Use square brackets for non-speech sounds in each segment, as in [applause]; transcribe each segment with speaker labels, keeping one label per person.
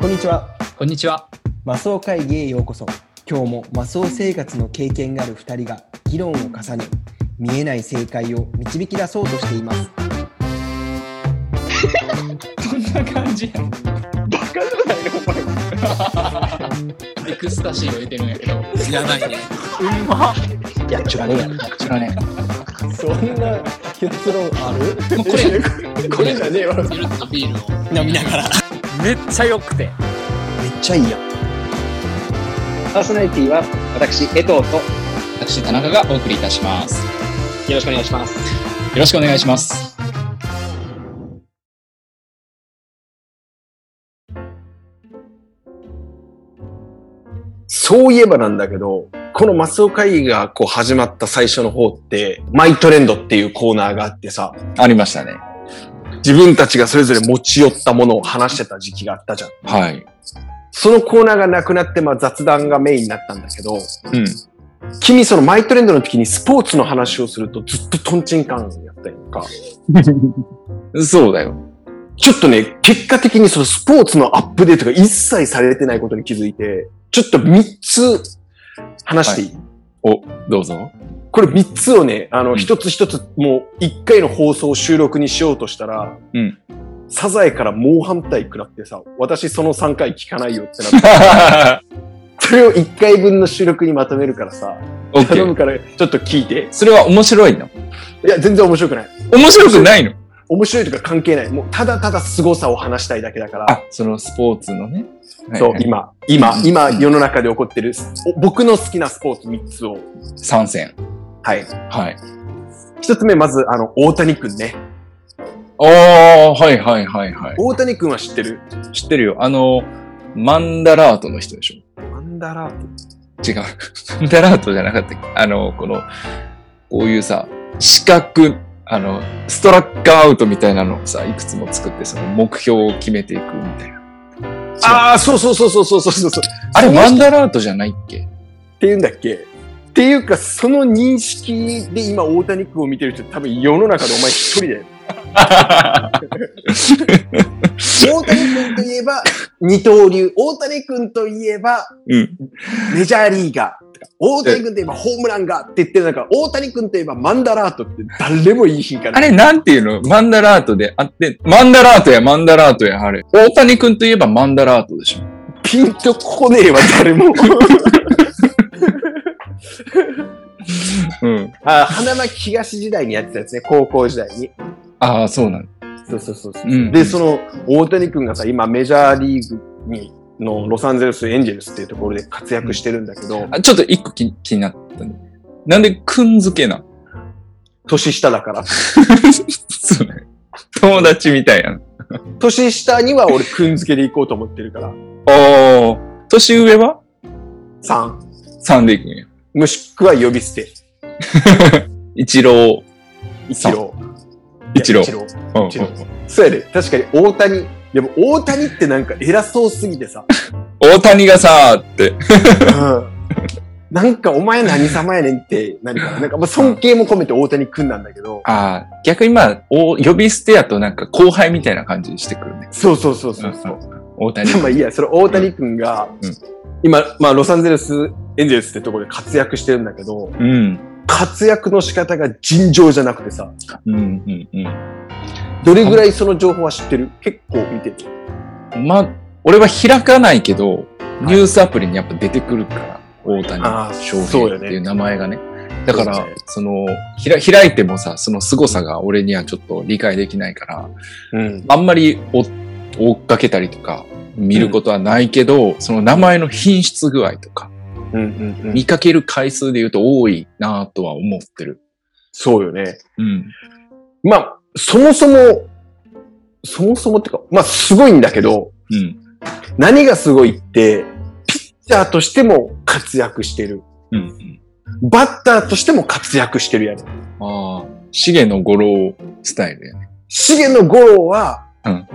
Speaker 1: こんにちは。
Speaker 2: こんにちは。
Speaker 1: マスオ会議へようこそ。今日もマスオ生活の経験がある2人が議論を重ね、見えない正解を導き出そうとしています。
Speaker 2: こんな感じやん。
Speaker 3: バカじゃないのお前
Speaker 2: エクスタシーを入れてるんやけど。
Speaker 4: やばいね。
Speaker 3: うんま
Speaker 1: やっちゅらねえや。
Speaker 2: 知らね
Speaker 4: [laughs]
Speaker 1: そんな結論ある
Speaker 2: え。もうこれ、
Speaker 3: これじゃねえわ
Speaker 2: ゆるっとビールを。
Speaker 4: 飲みながら。
Speaker 3: めっちゃ良くて
Speaker 1: めっちゃいいやん。
Speaker 3: パーソナリティは私江藤とよ
Speaker 2: 私、田中がお送りいたします。よ
Speaker 3: ろしくお願いします
Speaker 2: ろしくお願いします。
Speaker 5: そういえばなんだけど、このマスオ会議がこう始まった最初の方って、マイトレンドっていうコーナーがあってさ、
Speaker 6: ありましたね。
Speaker 5: 自分たちがそれぞれ持ち寄ったものを話してた時期があったじゃん。
Speaker 6: はい。
Speaker 5: そのコーナーがなくなって、まあ雑談がメインになったんだけど、
Speaker 6: うん。
Speaker 5: 君そのマイトレンドの時にスポーツの話をするとずっとトンチンカンやったりとか、
Speaker 6: そうだよ。
Speaker 5: ちょっとね、結果的にそのスポーツのアップデートが一切されてないことに気づいて、ちょっと3つ話していい、
Speaker 6: お、ど
Speaker 5: [laughs]
Speaker 6: うぞ。
Speaker 5: これ3つをね、あ
Speaker 6: う
Speaker 5: の、
Speaker 6: ん
Speaker 5: 一つ一つ、もう1回の放送収録にしようとしたら、
Speaker 6: うん
Speaker 5: サザエから猛反対食らってさ、私その3回聞かないよってなって、 [laughs] それを1回分の収録にまとめるからさ、
Speaker 6: オッケ
Speaker 5: 頼む
Speaker 6: ー。
Speaker 5: からちょっと聞いて。
Speaker 6: それは面白いの
Speaker 5: いや、全然面白くない。
Speaker 6: 面白くないの
Speaker 5: 面白いとか関係ない。もうただただ凄さを話したいだけだから、
Speaker 6: あ、そのスポーツのね。はい
Speaker 5: そう
Speaker 6: は、い
Speaker 5: 今、今
Speaker 6: う、ん
Speaker 5: 今世の中で起こってる、お僕の好きなスポーツ3つを。
Speaker 6: 参戦。
Speaker 5: はい。
Speaker 6: はい。
Speaker 5: 1つ目、まず、あの、大谷くんね。
Speaker 6: ああ、はいはいはいはい。
Speaker 5: 大谷くんは知ってる
Speaker 6: 知ってるよ。あの、マンダラートの人でしょ。
Speaker 5: マンダラート。
Speaker 6: 違う。 [laughs] マンダラートじゃなかったっけあの、この、こういうさ、四角、あの、ストラッカーアウトみたいなのをさ、いくつも作って、その目標を決めていくみたいな。
Speaker 5: ああ、そうそうそうそうそうそうそうそう。
Speaker 6: あれ、
Speaker 5: その
Speaker 6: マ
Speaker 5: 人
Speaker 6: ンダラートじゃないっ
Speaker 5: [laughs]
Speaker 6: け
Speaker 5: っていうんだっけっていうか、その認識で今、大谷君を見てる人、多分世の中でお前一人だ
Speaker 6: [laughs]
Speaker 5: よ。大谷君といえば、二刀流。大谷君といえば、
Speaker 6: うん
Speaker 5: メジャーリーガーとか。大谷君といえばホームランガーって言ってる中、大谷君といえばマンダラートって誰もいい品か
Speaker 6: あ
Speaker 5: ない。
Speaker 6: れなんていうのマンダラートであって、マンダラートやマンダラートや、あれ。大谷くんといえばマンダラートでしょ。
Speaker 5: ピンとこねえわ、誰も。
Speaker 6: うん。
Speaker 5: あ花巻東時代にやってたやつね、高校時代に。
Speaker 6: ああ、そうなの。
Speaker 5: そうそうそうそう。
Speaker 6: うん。
Speaker 5: で、その大谷君がさ、今メジャーリーグにのロサンゼルスエンジェルスっていうところで活躍してるんだけど、
Speaker 6: あちょっと一個気気になったね。なんでくん付けな
Speaker 5: 年下だから。
Speaker 6: そうね。友達みたいやな。
Speaker 5: 年下には俺くん付けで行こうと思ってるから。
Speaker 6: おー。年上は
Speaker 5: 3。
Speaker 6: ?3 でいくんや。
Speaker 5: もしくは呼び捨て。
Speaker 6: 一郎。
Speaker 5: 一郎。
Speaker 6: 一郎
Speaker 5: いや一郎。
Speaker 6: うんうん
Speaker 5: 一郎そうやで。確かに大谷。でも大谷ってなんか偉そうすぎてさ。
Speaker 6: 大谷がさーって。
Speaker 5: うんなんかお前何様やねんって何かな。なんかまあ尊敬も込めて大谷くんなんだけど。
Speaker 6: ああ、逆にまあ、お呼び捨てやとなんか後輩みたいな感じにしてくるね。
Speaker 5: そうそうそうそうそう。
Speaker 6: 大谷 [laughs]
Speaker 5: で。もいいや、それ大谷君が、
Speaker 6: うん
Speaker 5: 今、まあ、ロサンゼルス・エンゼルスってところで活躍してるんだけど、
Speaker 6: うん。
Speaker 5: 活躍の仕方が尋常じゃなくてさ、
Speaker 6: うん、うん、うん。
Speaker 5: どれぐらいその情報は知ってる結構見てて。
Speaker 6: まあ、俺は開かないけど、ニュースアプリにやっぱ出てくるから、大
Speaker 5: あ
Speaker 6: 谷
Speaker 5: ー
Speaker 6: 翔
Speaker 5: そうよ
Speaker 6: 平っ
Speaker 5: ね
Speaker 6: ていう名前がね。だか
Speaker 5: そう
Speaker 6: ら
Speaker 5: ね、
Speaker 6: その、ひら開いてもさ、その凄さが俺にはちょっと理解できないから、
Speaker 5: うん。
Speaker 6: あんまり追追っかけたりとか、見ることはないけど、その名前の品質具合とか、
Speaker 5: うんうんうん。
Speaker 6: 見かける回数で言うと多いなぁとは思ってる。
Speaker 5: そうよね。
Speaker 6: うん。
Speaker 5: まあ、そもそも、そもそもってか、まあ、すごいんだけど、
Speaker 6: うん。
Speaker 5: 何がすごいって、ピッチャーとしても活躍してる。
Speaker 6: うんうん。
Speaker 5: バッターとしても活躍してるやね。
Speaker 6: ああ、重野五郎スタイルやね。
Speaker 5: 重野五郎は、
Speaker 6: うん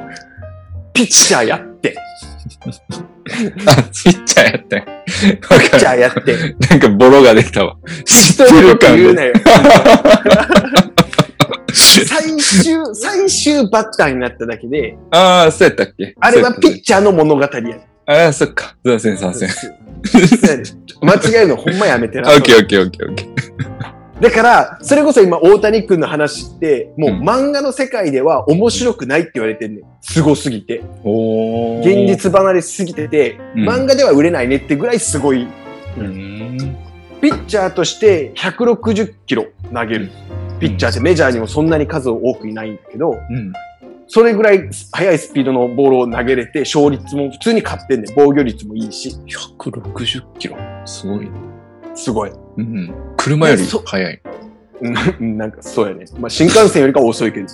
Speaker 5: ピッチャーやって、
Speaker 6: あ、ピッチャーやったよ。わ
Speaker 5: ピ
Speaker 6: か
Speaker 5: ッチ
Speaker 6: る
Speaker 5: ャーやって、
Speaker 6: なんかボロができたわ。知って
Speaker 5: そういう
Speaker 6: る
Speaker 5: こと
Speaker 6: 感
Speaker 5: 言う
Speaker 6: で。
Speaker 5: なよ。最終、最終バッターになっただけで、
Speaker 6: [laughs] ああ、そうやったっけ
Speaker 5: あれはピ
Speaker 6: そうやっ
Speaker 5: ッチャーの物語やね。
Speaker 6: たねああ、そっか。すいません、すいません。
Speaker 5: [laughs] 間違えるのほんまやめて
Speaker 6: オ
Speaker 5: な。
Speaker 6: ッケーオッケーオッケーオッケー。
Speaker 5: だから、それこそ今、大谷君の話って、もう
Speaker 6: うん
Speaker 5: 漫画の世界では面白くないって言われてんねん。すごすぎて。
Speaker 6: おー
Speaker 5: 現。実離れしすぎてて、
Speaker 6: うん
Speaker 5: 漫画では売れないねってぐらいすごい。
Speaker 6: うん。
Speaker 5: ピッチャーとして160キロ投げる。ピッチャーってメジャーにもそんなに数多くいないんだけど、
Speaker 6: うん。
Speaker 5: それぐらい速いスピードのボールを投げれて、勝率も普通に勝ってんねん。防御率もいいし。
Speaker 6: 160キロ。すごい。
Speaker 5: すごい。
Speaker 6: うん。車より速い。
Speaker 5: うんなんかそうやね。まあ、新幹線よりかは遅いけどね。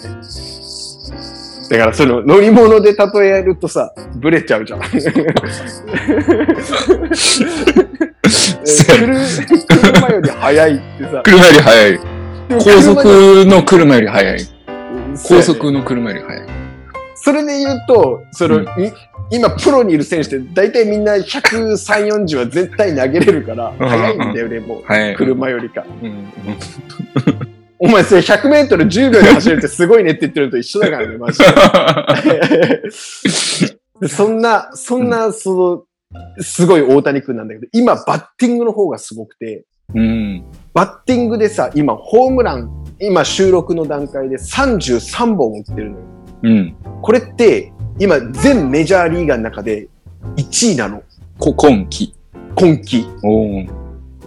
Speaker 5: だからその乗り物で例えるとさ、ブレちゃうじ
Speaker 6: [laughs]
Speaker 5: ゃん。車 [laughs] 車
Speaker 6: そうや
Speaker 5: より速いってさ、
Speaker 6: 車より速い。高速の車より速い。
Speaker 5: そう
Speaker 6: 高
Speaker 5: やね
Speaker 6: 速の車より速い。
Speaker 5: それで言うと、その、
Speaker 6: うん
Speaker 5: い今プロにいる選手って大体みんな103、40は絶対投げれるから、
Speaker 6: うん
Speaker 5: 速いんだよね、もう。
Speaker 6: 速い。
Speaker 5: 車よりか。
Speaker 6: うん。うん
Speaker 5: お前それ100メートル10秒で走るってすごいねって言ってるのと一緒だから
Speaker 6: [laughs]
Speaker 5: ね、マジで。でそんな、そんな、その、すごい大谷君なんだけど、今バッティングの方がすごくて、
Speaker 6: うん。
Speaker 5: バッティングでさ、今ホームラン、今収録の段階で33本打ってるのよ。
Speaker 6: うん。
Speaker 5: これって、今全メジャーリーガーの中で1位なの。
Speaker 6: こ、今季。
Speaker 5: 今季。
Speaker 6: おー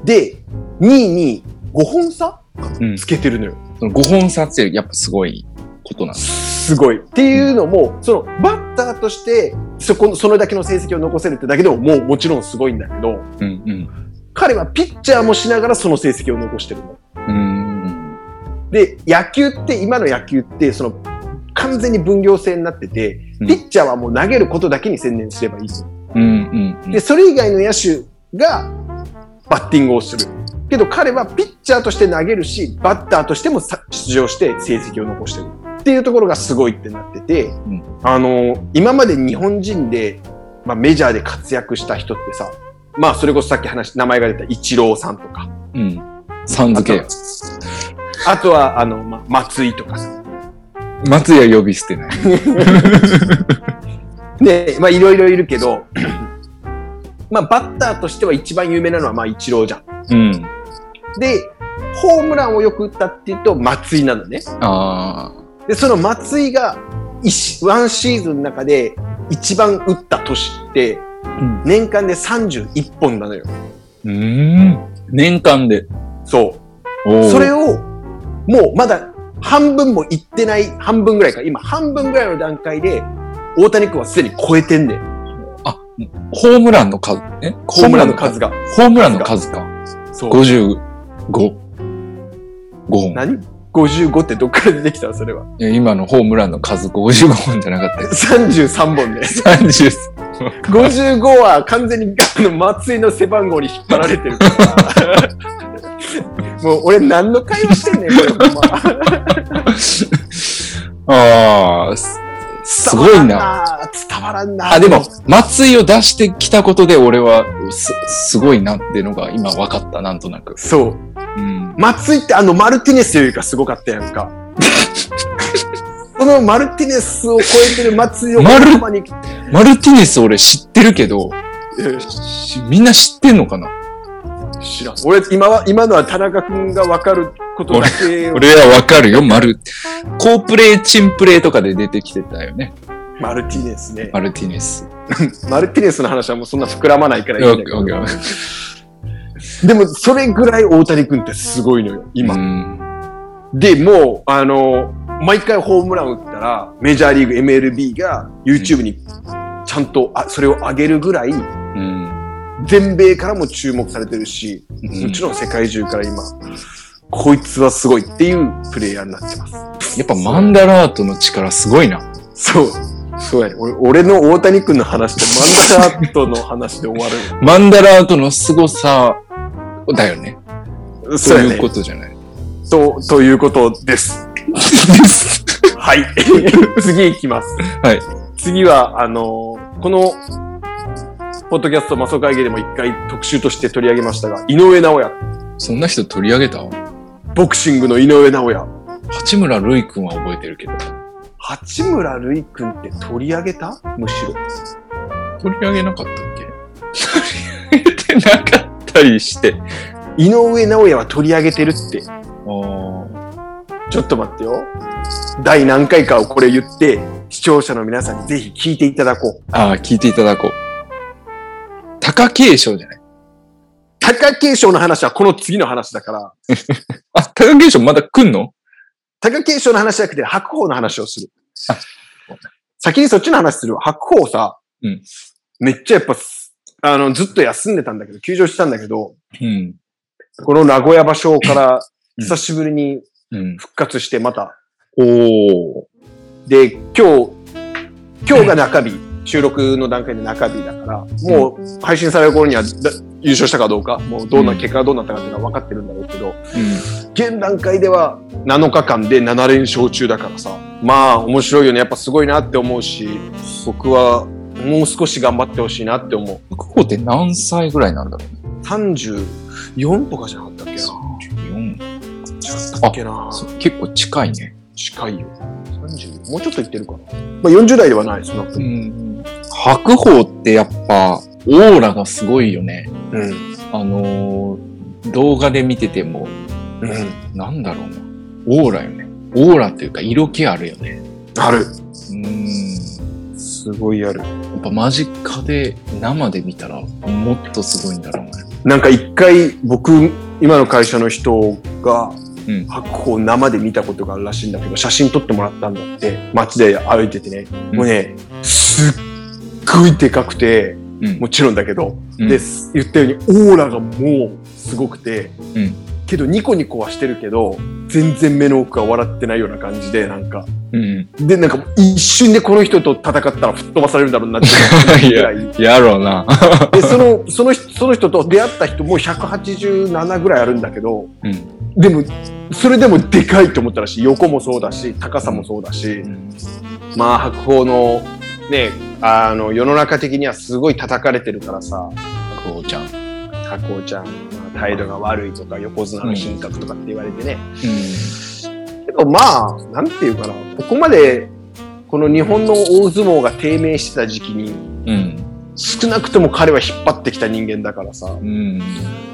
Speaker 5: で、2位に5本差
Speaker 6: うん
Speaker 5: つけてるのよ。
Speaker 6: その5本差ってやっぱすごいことなんです
Speaker 5: ごい。っていうのも、そのバッターとして、そこの、それだけの成績を残せるってだけでももうもちろんすごいんだけど、
Speaker 6: うん
Speaker 5: 彼はピッチャーもしながらその成績を残してるの。
Speaker 6: うん。うん。
Speaker 5: で、野球って、今の野球って、その、完全に分業制になってて、
Speaker 6: うん
Speaker 5: ピッチャーはもう投げることだけに専念すればいいと。
Speaker 6: うんうんうん。
Speaker 5: で、それ以外の野手がバッティングをする。けど彼はピッチャーとして投げるし、バッターとしてもさ出場して成績を残してる。っていうところがすごいってなってて、
Speaker 6: ん
Speaker 5: あの、今まで日本人で、まあ、メジャーで活躍した人ってさ、まあそれこそさっき話、名前が出たイチローさんとか、
Speaker 6: うん。さん付けや。
Speaker 5: あとは、あの、まあ、松井とかさ。
Speaker 6: 松屋呼び捨てない。
Speaker 5: で、まあ、いろいろいるけど、 [clears throat] まあ、バッターとしては一番有名なのは、まあ、イチローじゃん。
Speaker 6: うん。
Speaker 5: で、ホームランをよく打ったっていうと、松井なのね。
Speaker 6: ああ。
Speaker 5: で、その松井が、一しワンシーズンの中で一番打った年って、
Speaker 6: ん
Speaker 5: 年間で31本なのよ。
Speaker 6: うん。年間で。
Speaker 5: そう。
Speaker 6: お
Speaker 5: それを、もうまだ半分もいってない、半分ぐらいか、今半分ぐらいの段階で、大谷君はすでに超えてんねん。
Speaker 6: ホームランの数ね。
Speaker 5: ホームランの数が。
Speaker 6: ホームランの数か。
Speaker 5: そう。
Speaker 6: 55。5本。
Speaker 5: 何 ?55 ってどっから出てきたそれは。
Speaker 6: いや今のホームランの数55本じゃなかったよ。
Speaker 5: 33本ね。
Speaker 6: 30。
Speaker 5: 55は完全にあの松井の背番号に引っ張られてる
Speaker 6: [laughs]
Speaker 5: から。もう俺何の会話してんねん、これ。ほんま
Speaker 6: ああ、すすごいな。。
Speaker 5: 伝わらんな。
Speaker 6: あ、でも、松井を出してきたことで俺はす、すごいなっていうのが今分かった、なんとなく。
Speaker 5: そう。
Speaker 6: うん。
Speaker 5: 松井ってあのマルティネスよりかすごかったやん
Speaker 6: [laughs]
Speaker 5: か。そのマルティネスを超えてる松井を
Speaker 6: マル
Speaker 5: まに、
Speaker 6: マルティネス俺知ってるけど、しみんな知ってんのかな
Speaker 5: 知らん。俺、今は、今のは田中君がわかることだけを、
Speaker 6: 俺はわかるよ、マル。コープレイ、チンプレイとかで出てきてたよね、
Speaker 5: マルティネスね。
Speaker 6: マルティネス。
Speaker 5: マルティネスの話はもうそんな膨らまないからいい
Speaker 6: よ
Speaker 5: んだ
Speaker 6: く、よく、
Speaker 5: け
Speaker 6: よく。
Speaker 5: ど。でも、それぐらい大谷君ってすごいのよ、今
Speaker 6: う。ん。
Speaker 5: で、もう、あの、毎回ホームラン打ったら、メジャーリーグ MLB が YouTube にちゃんと、あそれを上げるぐらい、
Speaker 6: うん。
Speaker 5: 全米からも注目されてるし、
Speaker 6: うん
Speaker 5: もちろん世界中から今、こいつはすごいっていうプレイヤーになってま
Speaker 6: やっぱマンダラートの力すごいな。
Speaker 5: す。そう。そうやね。俺俺の大谷君の話とマンダラートの話で終わ
Speaker 6: マンダラートの凄さだよね。
Speaker 5: る。
Speaker 6: そ
Speaker 5: [laughs] そううや
Speaker 6: いう
Speaker 5: ね
Speaker 6: こ。とじゃない。
Speaker 5: と、ということです。
Speaker 6: [laughs] です
Speaker 5: はい。次いきます。
Speaker 6: はい。
Speaker 5: 次は、あのーこの、ポッドキャストマソ会議でも一回特集として取り上げましたが、井上尚弥。
Speaker 6: そんな人取り上げた
Speaker 5: ボクシングの井上尚弥。
Speaker 6: 八村塁君は覚えてるけど、
Speaker 5: 八村塁君って取り上げたむしろ。
Speaker 6: 取り上げなかったっけ取り上げてなかったりして。
Speaker 5: 井上尚弥は取り上げてるって。
Speaker 6: あー
Speaker 5: ちょっと待ってよ。第何回かをこれ言って、視聴者の皆さんにぜひ聞いていただこう。
Speaker 6: あー、聞いていただこう。貴景勝じゃない
Speaker 5: 貴景勝の話はこの次の話だから、
Speaker 6: あ、貴景勝まだ来んの
Speaker 5: 貴景勝の話じゃなくて白鵬の話をする
Speaker 6: あ。
Speaker 5: 先にそっちの話するわ。白鵬さ、
Speaker 6: うん
Speaker 5: めっちゃやっぱす、あの、ずっと休んでたんだけど、休場してたんだけど、
Speaker 6: うん。
Speaker 5: この名古屋場所から
Speaker 6: うん
Speaker 5: 久しぶりに
Speaker 6: うん。
Speaker 5: 復活してまた。
Speaker 6: おー。
Speaker 5: で、今日、今日が中日、収録の段階で中日だから、もう配信される頃にはだ優勝したかどうか、もうどんな結果がどうなったかっていうのは分かってるんだろうけど、現段階では7日間で7連勝中だからさまあ面白いよねやっぱすごいなって思うし僕はもう少し頑張ってほしいなって思う
Speaker 6: 白鵬って何歳ぐらいなんだろう
Speaker 5: 34とかじゃなかったっけな
Speaker 6: ね。
Speaker 5: だっけな
Speaker 6: 34。結構近いね。
Speaker 5: 近いよ34もうちょっといってるかな、まあ、40代ではないそんなこと
Speaker 6: ん。白鵬ってやっぱ、オーラがすごいよね。
Speaker 5: うん
Speaker 6: あのー動画で見てても、
Speaker 5: うん
Speaker 6: なんだろうな。オーラよね。オーラっていうか、色気あるよね。
Speaker 5: ある
Speaker 6: うん。
Speaker 5: すごいある
Speaker 6: やっぱ間近で、生で見たら、もっとすごいんだろうね。
Speaker 5: なんか一回僕今の会社の人が
Speaker 6: うん
Speaker 5: 白鵬生で見たことがあるらしいんだけど写真撮ってもらったんだって街で歩いててね
Speaker 6: うん
Speaker 5: もうねすっごいでかくて
Speaker 6: うん
Speaker 5: もちろんだけど、
Speaker 6: うん
Speaker 5: です言ったようにオーラがもうすごくて、
Speaker 6: うん
Speaker 5: けどニコニコはしてるけど全然目の奥が笑ってないような感じでなんか
Speaker 6: うん。
Speaker 5: でなんか一瞬でこの人と戦ったら吹っ飛ばされるんだろうなっていうぐ
Speaker 6: [laughs]
Speaker 5: らい
Speaker 6: やろうな。
Speaker 5: でそのその人その人と出会った人も187ぐらいあるんだけど、
Speaker 6: うん
Speaker 5: でもそれでもでかいと思ったらしい横もそうだし高さもそうだし、まあ白鵬のねあの世の中的にはすごい叩かれてるからさ
Speaker 6: 白鵬ちゃん。うん。
Speaker 5: 白鵬ちゃんまあ態度が悪いとか横綱の品格とかって言われてね、けどまあなんていうかなここまでこの日本の大相撲が低迷してた時期に
Speaker 6: うん。
Speaker 5: 少なくとも彼は引っ張ってきた人間だからさ、
Speaker 6: うん。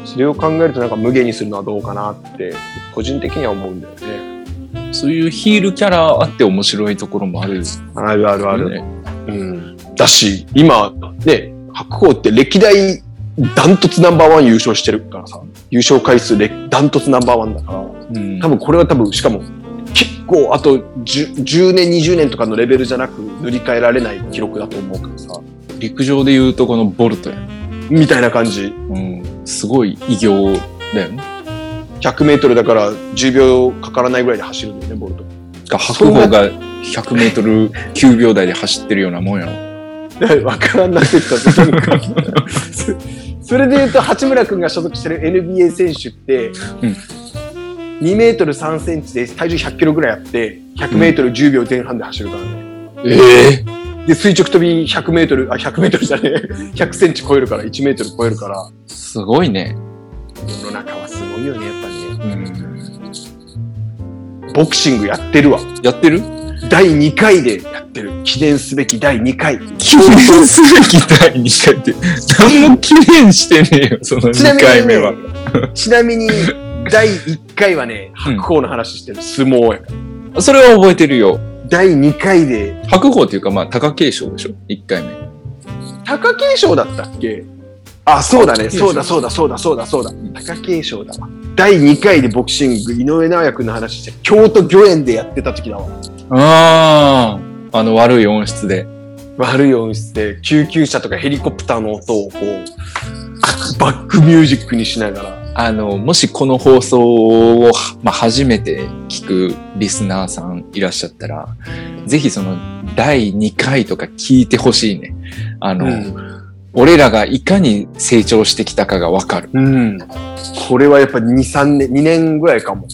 Speaker 5: それを考えるとなんか無限にするのはどうかなって個人的には思うんだよね。
Speaker 6: そういうヒールキャラあって面白いところもあるよね。
Speaker 5: あるあるある。うん、だし今ね白鵬って歴代ダントツナンバーワン優勝してるからさ優勝回数れダントツナンバーワンだから
Speaker 6: うん。
Speaker 5: 多分これは多分しかも結構あと 10, 10年20年とかのレベルじゃなく塗り替えられない記録だと思うからさ
Speaker 6: 陸上で言うとこのボルトや。
Speaker 5: みたいな感じ
Speaker 6: うん。すごい偉業だよね。
Speaker 5: 100m だから10秒かからないぐらいで走るんだよねボルト。
Speaker 6: が白鵬が100メートル9秒台で走ってるようなもんやろ。
Speaker 5: [laughs] わからんなってきたという
Speaker 6: [laughs]
Speaker 5: かそそれで言うと八村君が所属してる NBA 選手って、
Speaker 6: うん
Speaker 5: 2メートル3センチで体重100キロぐらいあって100メートル10秒前半で走るからね、
Speaker 6: ええ
Speaker 5: で垂直跳び100メートルあ100メートルじゃねえ100セン [laughs] チ超えるから1メートル超えるから
Speaker 6: すごいね。
Speaker 5: 世の中はすごいよねやっぱりね
Speaker 6: うん。
Speaker 5: ボクシングやってるわ
Speaker 6: やってる
Speaker 5: 第2回でやってる記念すべき第2回
Speaker 6: [laughs] 記念すべき第2回って。何も記念してねえよ、その
Speaker 5: ちなみに
Speaker 6: 2
Speaker 5: ね
Speaker 6: 回目は。
Speaker 5: ちなみに第1回はね白鵬の話してる相撲やから
Speaker 6: それは覚えてるよ。
Speaker 5: 第2回で
Speaker 6: 白鵬っていうか、まあ、貴景勝でしょ ?1 回目。
Speaker 5: 貴景勝だったっけあ、そうだね。
Speaker 6: 貴景勝
Speaker 5: そうだそうだそうだそうだそうだ。貴景勝だわ。第2回でボクシング、井上尚弥君の話して、京都御苑でやってた時だわ。
Speaker 6: ああ、あの悪い音質で。
Speaker 5: 悪い音質で、救急車とかヘリコプターの音をこう、バックミュージックにしながら。
Speaker 6: あの、もしこの放送を、まあ、初めて聞くリスナーさんいらっしゃったら、ぜひその第2回とか聞いてほしいね。あの、
Speaker 5: うん。
Speaker 6: 俺らがいかに成長してきたかがわかる。
Speaker 5: うん。これはやっぱ2、3年、2年ぐらいかも。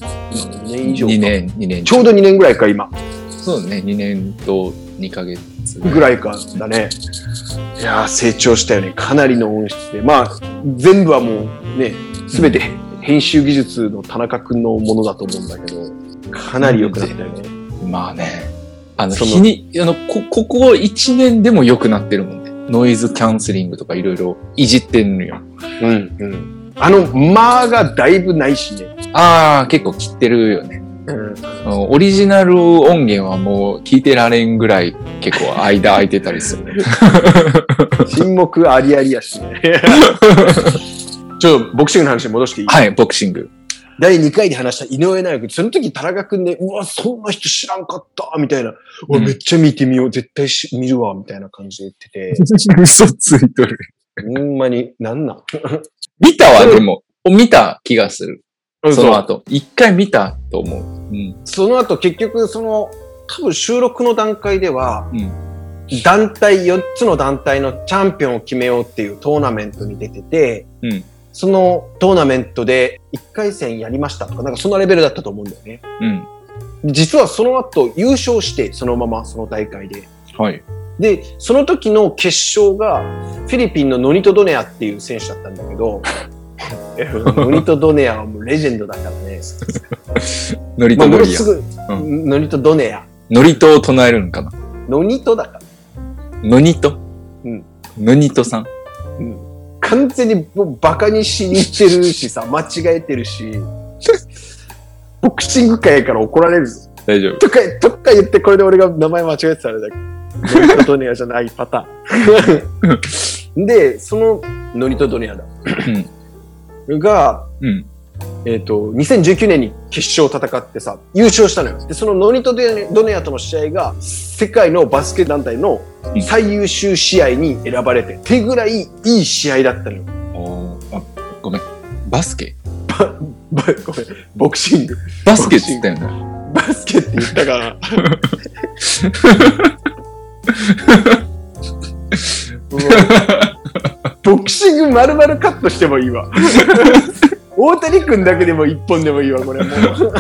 Speaker 5: 2年以上か。
Speaker 6: 2年、2年。
Speaker 5: ちょうど2年ぐらいか、今。
Speaker 6: そうね、2年と2ヶ月
Speaker 5: ぐらいかだね。いやー、成長したよね。かなりの音質で。まあ、全部はもうね、すべて編集技術の田中くんのものだと思うんだけど、かなり良くなったよね。
Speaker 6: まあね。あの、
Speaker 5: その
Speaker 6: 日に、あの、こ、ここ1年でも良くなってるもんね。ノイズキャンセリングとかいろいろいじってんのよ。
Speaker 5: うん、うん。あの、間がだいぶないしね。
Speaker 6: ああ、結構切ってるよね。
Speaker 5: うん。
Speaker 6: あのオリジナル音源はもう聞いてられんぐらい結構間空いてたりする。
Speaker 5: 沈黙ありありやしね。ちょっとボクシングの話に戻していい
Speaker 6: はい、ボクシング。
Speaker 5: 第2回で話した井上直樹、その時田中君で、うわ、そんな人知らんかったみたいな、俺
Speaker 6: うん
Speaker 5: めっちゃ見てみよう、絶対し見るわ、みたいな感じで言ってて、
Speaker 6: 嘘ついとる。
Speaker 5: ほんまに、なんなん
Speaker 6: 見たわ、でも。見た気がする。その
Speaker 5: そ
Speaker 6: 後。一回見たと思う。うん。
Speaker 5: その後結局、その、多分収録の段階では、
Speaker 6: うん
Speaker 5: 団体、4つの団体のチャンピオンを決めようっていうトーナメントに出てて、
Speaker 6: うん
Speaker 5: そのトーナメントで1回戦やりましたとか、なんかそんなレベルだったと思うんだよね。
Speaker 6: うん。
Speaker 5: 実はその後優勝して、そのままその大会で。
Speaker 6: はい。
Speaker 5: で、その時の決勝が、フィリピンのノニト・ドネアっていう選手だったんだけ
Speaker 6: [laughs]
Speaker 5: ど、えノニト・ドネアはもうレジェンドだからね。
Speaker 6: ノリ
Speaker 5: まあ、
Speaker 6: と
Speaker 5: も
Speaker 6: ノ
Speaker 5: の
Speaker 6: リや
Speaker 5: す。ぐ、
Speaker 6: う
Speaker 5: ノニト・ドネア。
Speaker 6: ノリとを唱えるんかな。
Speaker 5: ノニトだから。
Speaker 6: ノニと。
Speaker 5: うん。
Speaker 6: ノニとさん。
Speaker 5: うん完全にもうバカにしに行ってるしさ、間違えてるし、ボクシング界から怒られるぞ。
Speaker 6: 大丈夫。
Speaker 5: とか、とか言って、これで俺が名前間違えてたらあれだけど。ノリトドネアじゃないパターン。 [laughs] で、そのノリトドネアだ。が、
Speaker 6: うん。
Speaker 5: えっ、と、2019年に決勝を戦ってさ、優勝したのよ。で、そのノリトドネドネアとの試合が、世界のバスケ団体の最優秀試合に選ばれて、手ぐらいいい試合だったのよ。
Speaker 6: おーあごめん。バスケ
Speaker 5: ばごめん、ボクシング。
Speaker 6: バスケって言ったよね。
Speaker 5: バスケって言ったから。もうボクシング丸々カットしてもいいわ。大谷君だけでも一本でもいいわ、これもう。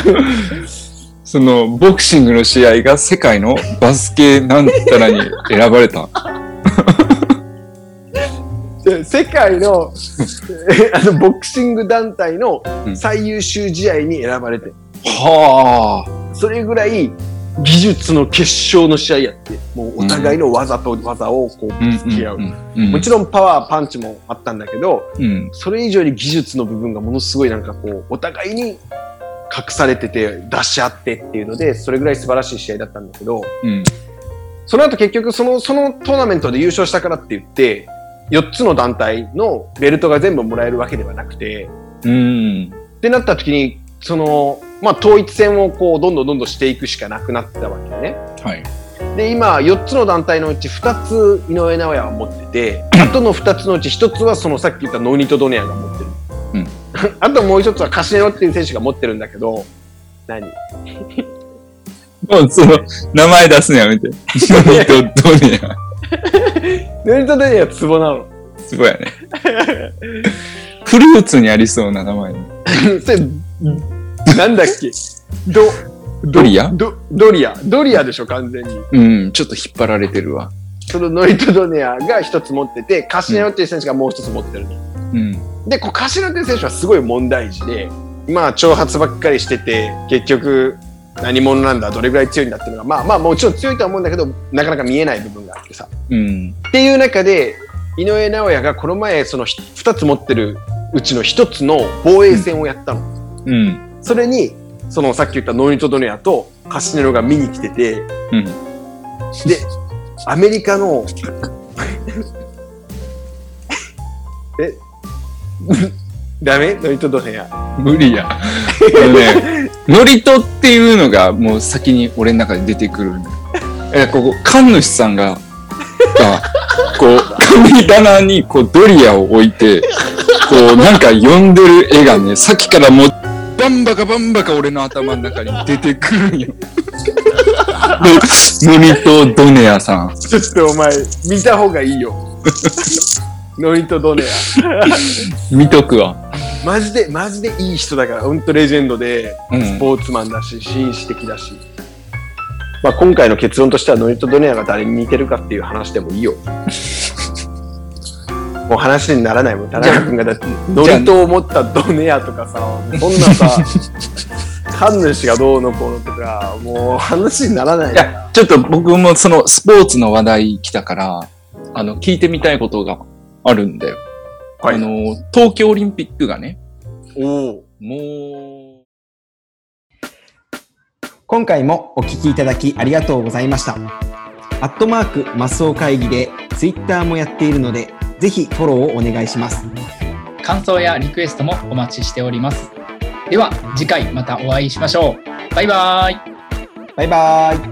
Speaker 6: その、ボクシングの試合が世界のバスケなんた [laughs] らに選ばれた。
Speaker 5: で世界
Speaker 6: [laughs]
Speaker 5: のあのボクシング団体の
Speaker 6: うん
Speaker 5: 最優秀試合に選ばれて、
Speaker 6: はあ。
Speaker 5: それぐらい技術の結晶の試合やって、もうお互いの技と技をこう
Speaker 6: うん
Speaker 5: ぶつけ合う。
Speaker 6: うん。
Speaker 5: もちろんパワー、パンチもあったんだけど、
Speaker 6: ろん。うん。
Speaker 5: それ以上に技術の部分がものすごいなんかこう、お互いに隠されてて、出し合ってっていうので、それぐらい素晴らしい試合だったんだけど、
Speaker 6: うん。
Speaker 5: その後結局その、そのトーナメントで優勝したからって言って、4つの団体のベルトが全部もらえるわけではなくて、
Speaker 6: うん。
Speaker 5: ってなった時に、その、まあ、統一戦をこう、どんどんどんどんしていくしかなくなったわけよね。
Speaker 6: はい。
Speaker 5: で、今、4つの団体のうち2つ井上尚弥は持って
Speaker 6: [laughs]
Speaker 5: て、あとの2つのうち1つはそのさっき言ったノーニトドネアが持ってる。
Speaker 6: うん
Speaker 5: [laughs] あともう1つはカシネロっていう選手が持ってるんだけど、何
Speaker 6: もうその、名前出すのやめて。ノリとドネア。
Speaker 5: ノーニトドネアはツボなの。
Speaker 6: すごいや [laughs] ね。フルーツにありそうな名前ね。
Speaker 5: [laughs] それ、なんだっけド、
Speaker 6: ドリア
Speaker 5: ド、ドリア。ドリアでしょ、完全に。
Speaker 6: うん。ちょっと引っ張られてるわ。
Speaker 5: そのノイトドネアが一つ持ってて、カシネロっていう選手がもう一つ持ってるの。
Speaker 6: うん。
Speaker 5: で、こう、カシネロっていう選手はすごい問題児で、まあ、挑発ばっかりしてて、結局、何者なんだ、どれぐらい強いんだっていうのが、まあまあ、もちろん強いとは思うんだけど、なかなか見えない部分があってさ。
Speaker 6: うん。
Speaker 5: っていう中で、井上尚弥がこの前、そのひ二つ持ってるうちの一つの防衛戦をやったの。
Speaker 6: うん。
Speaker 5: それに、そのさっき言ったノイトドネアとカシネロが見に来てて、
Speaker 6: うん。
Speaker 5: で、アメリカの、 [laughs] え、 [laughs] ダメノイトドネア。
Speaker 6: 無理や。あのね、ノリトっていうのがもう先に俺の中で出てくるんだよ。え、ここ、神主さんが、がこう、神棚にこうドリアを置いて、こう、なんか呼んでる絵がね、さっきからもう、バンバカバンバカ俺の頭の中に出てくるんよ。でノリトドネアさん。
Speaker 5: ちょっとお前、見た方がいいよ。 [laughs] ノイトドネア。
Speaker 6: 見とくわ。
Speaker 5: マジで、マジでいい人だから、ほんとレジェンドで、
Speaker 6: う
Speaker 5: ス
Speaker 6: ん。
Speaker 5: ポーツマンだし、紳士的だし。まあ、今回の結論としては、ノイトドネアが誰に似てるかっていう話でもいい
Speaker 6: [laughs]
Speaker 5: よ。もう話にならない
Speaker 6: [laughs]
Speaker 5: もん。田中君がだって、ノリトを持ったドネアとかさ、そんなさ、神主がどうのこうのとか、もう話にならない
Speaker 6: い。や、ちょっと僕もそのスポーツの話題来たから、あの、聞いてみたいことがあるんだよ。
Speaker 5: はい
Speaker 6: あの、東京オリンピックがね、
Speaker 5: おお。
Speaker 6: もう、
Speaker 1: 今回もお聞きいただきありがとうございました。アットマークマスオ会議で Twitter もやっているので、ぜひフォローをお願いします。
Speaker 2: 感想やリクエストもお待ちしております。では次回またお会いしましょう。バイバイ。
Speaker 1: バイバーイ。